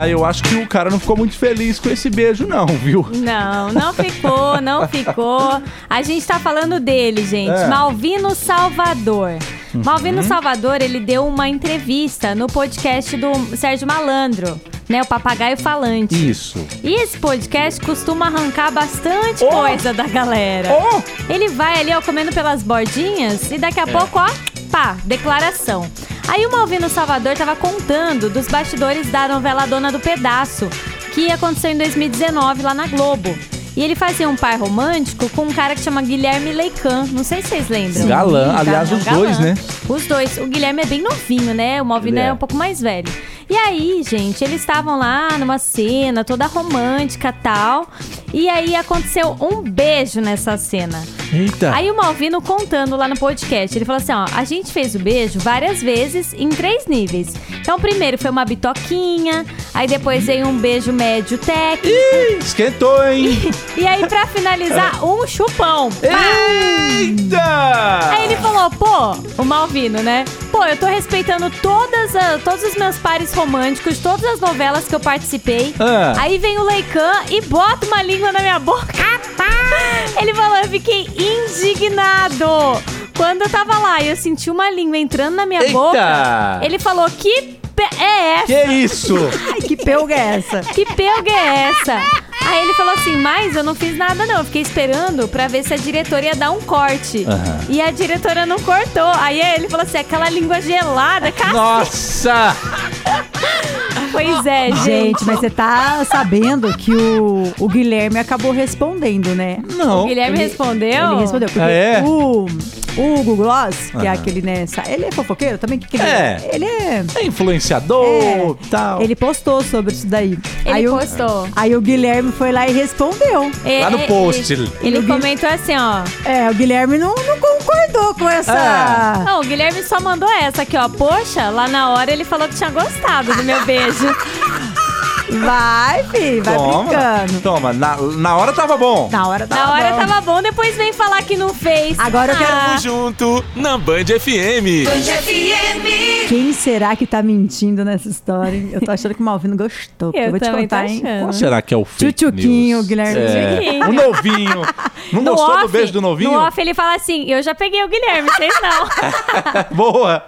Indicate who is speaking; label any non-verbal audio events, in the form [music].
Speaker 1: Aí eu acho que o cara não ficou muito feliz com esse beijo, não, viu?
Speaker 2: Não, não ficou, não ficou. A gente tá falando dele, gente.
Speaker 1: É.
Speaker 2: Malvino Salvador. Malvino Salvador, ele deu uma entrevista no podcast do Sérgio Malandro, né? O Papagaio Falante.
Speaker 1: Isso.
Speaker 2: E esse podcast costuma arrancar bastante
Speaker 1: Oh!
Speaker 2: coisa da galera.
Speaker 1: Oh!
Speaker 2: Ele vai ali, ó, comendo pelas bordinhas e daqui a pouco, ó, pá, declaração. Aí o Malvino Salvador tava contando dos bastidores da novela Dona do Pedaço, que aconteceu em 2019 lá na Globo. E ele fazia um par romântico com um cara que chama Guilherme Leican. Não sei se vocês lembram.
Speaker 1: Galã,
Speaker 2: Tá,
Speaker 1: aliás,
Speaker 2: é um
Speaker 1: os dois, né?
Speaker 2: Os dois. O Guilherme é bem novinho, né? O Malvino
Speaker 1: Ele é.
Speaker 2: é um pouco mais velho. E aí, gente, eles estavam lá numa cena toda romântica tal. E aí aconteceu um beijo nessa cena.
Speaker 1: Eita.
Speaker 2: Aí o Malvino contando lá no podcast, ele falou assim, ó, a gente fez o beijo várias vezes em três níveis. Então primeiro foi uma bitoquinha, aí depois veio um beijo médio técnico,
Speaker 1: Ih, esquentou, hein?
Speaker 2: e aí pra finalizar, um chupão. Pá!
Speaker 1: Eita!
Speaker 2: Aí ele falou, pô, o Malvino, né? Pô, eu tô respeitando todas a- todos os meus pares românticos, todas as novelas que eu participei.
Speaker 1: Ah.
Speaker 2: Aí vem o Leican e bota uma língua na minha boca. ele falou, eu fiquei indignado. Quando eu tava lá e eu senti uma língua entrando na minha
Speaker 1: Eita.
Speaker 2: boca, ele falou, que pe- é essa?
Speaker 1: Que isso?
Speaker 3: Ai, que pelga é essa?
Speaker 2: Que pelga é essa? Aí ele falou assim, mas eu não fiz nada não, eu fiquei esperando pra ver se a diretora ia dar um corte.
Speaker 1: Aham.
Speaker 2: E a diretora não cortou. Aí ele falou assim, aquela língua gelada, cara.
Speaker 1: Nossa!
Speaker 2: Pois
Speaker 3: [laughs]
Speaker 2: é, gente.
Speaker 3: Gente, mas você tá sabendo que o, o Guilherme acabou respondendo, né?
Speaker 1: Não.
Speaker 2: O Guilherme respondeu?
Speaker 3: Ele respondeu, porque
Speaker 1: Ah, é?
Speaker 3: o, o Hugo Gloss, que é
Speaker 1: Aham.
Speaker 3: aquele, né? sa- Ele é fofoqueiro também? Que que ele
Speaker 1: É.
Speaker 3: Ele é.
Speaker 1: É influenciador,
Speaker 3: É.
Speaker 1: tal.
Speaker 3: Ele postou sobre isso daí.
Speaker 2: Ele
Speaker 3: aí, o,
Speaker 2: postou.
Speaker 3: aí o Guilherme foi lá e respondeu.
Speaker 1: Lá no
Speaker 2: é, Ele-
Speaker 1: post.
Speaker 2: Ele, ele comentou assim, ó.
Speaker 3: É, o Guilherme não, não concordou com
Speaker 1: Ah.
Speaker 3: essa.
Speaker 2: Não, o Guilherme só mandou essa aqui, ó. Poxa, lá na hora ele falou que tinha gostado do meu
Speaker 3: [laughs]
Speaker 2: beijo.
Speaker 3: Vai, filho, vai brincando.
Speaker 1: Toma, na, na hora tava bom.
Speaker 2: Tá.
Speaker 3: Na hora tava
Speaker 2: na hora
Speaker 3: Tá bom.
Speaker 2: tava bom, depois vem falar que não fez.
Speaker 3: Agora eu quero
Speaker 2: Ah,
Speaker 4: Tamo junto na Band FM.
Speaker 3: Quem será que tá mentindo nessa história? hein? Eu tô achando que o Malvino gostou. porque
Speaker 2: Eu
Speaker 3: eu vou te
Speaker 2: também
Speaker 3: contar,
Speaker 2: tô
Speaker 3: hein?
Speaker 2: achando.
Speaker 1: Qual será que é o fake
Speaker 3: Tchutchuquinho,
Speaker 1: news?
Speaker 3: Guilherme.
Speaker 1: É,
Speaker 2: Tchutchuquinho.
Speaker 1: o novinho.
Speaker 3: um
Speaker 1: Não
Speaker 2: No
Speaker 1: gostou do
Speaker 2: off-
Speaker 1: beijo do novinho?
Speaker 3: [laughs]
Speaker 2: No off ele fala assim, eu já peguei o Guilherme, vocês
Speaker 1: [laughs]
Speaker 2: não.
Speaker 1: Boa.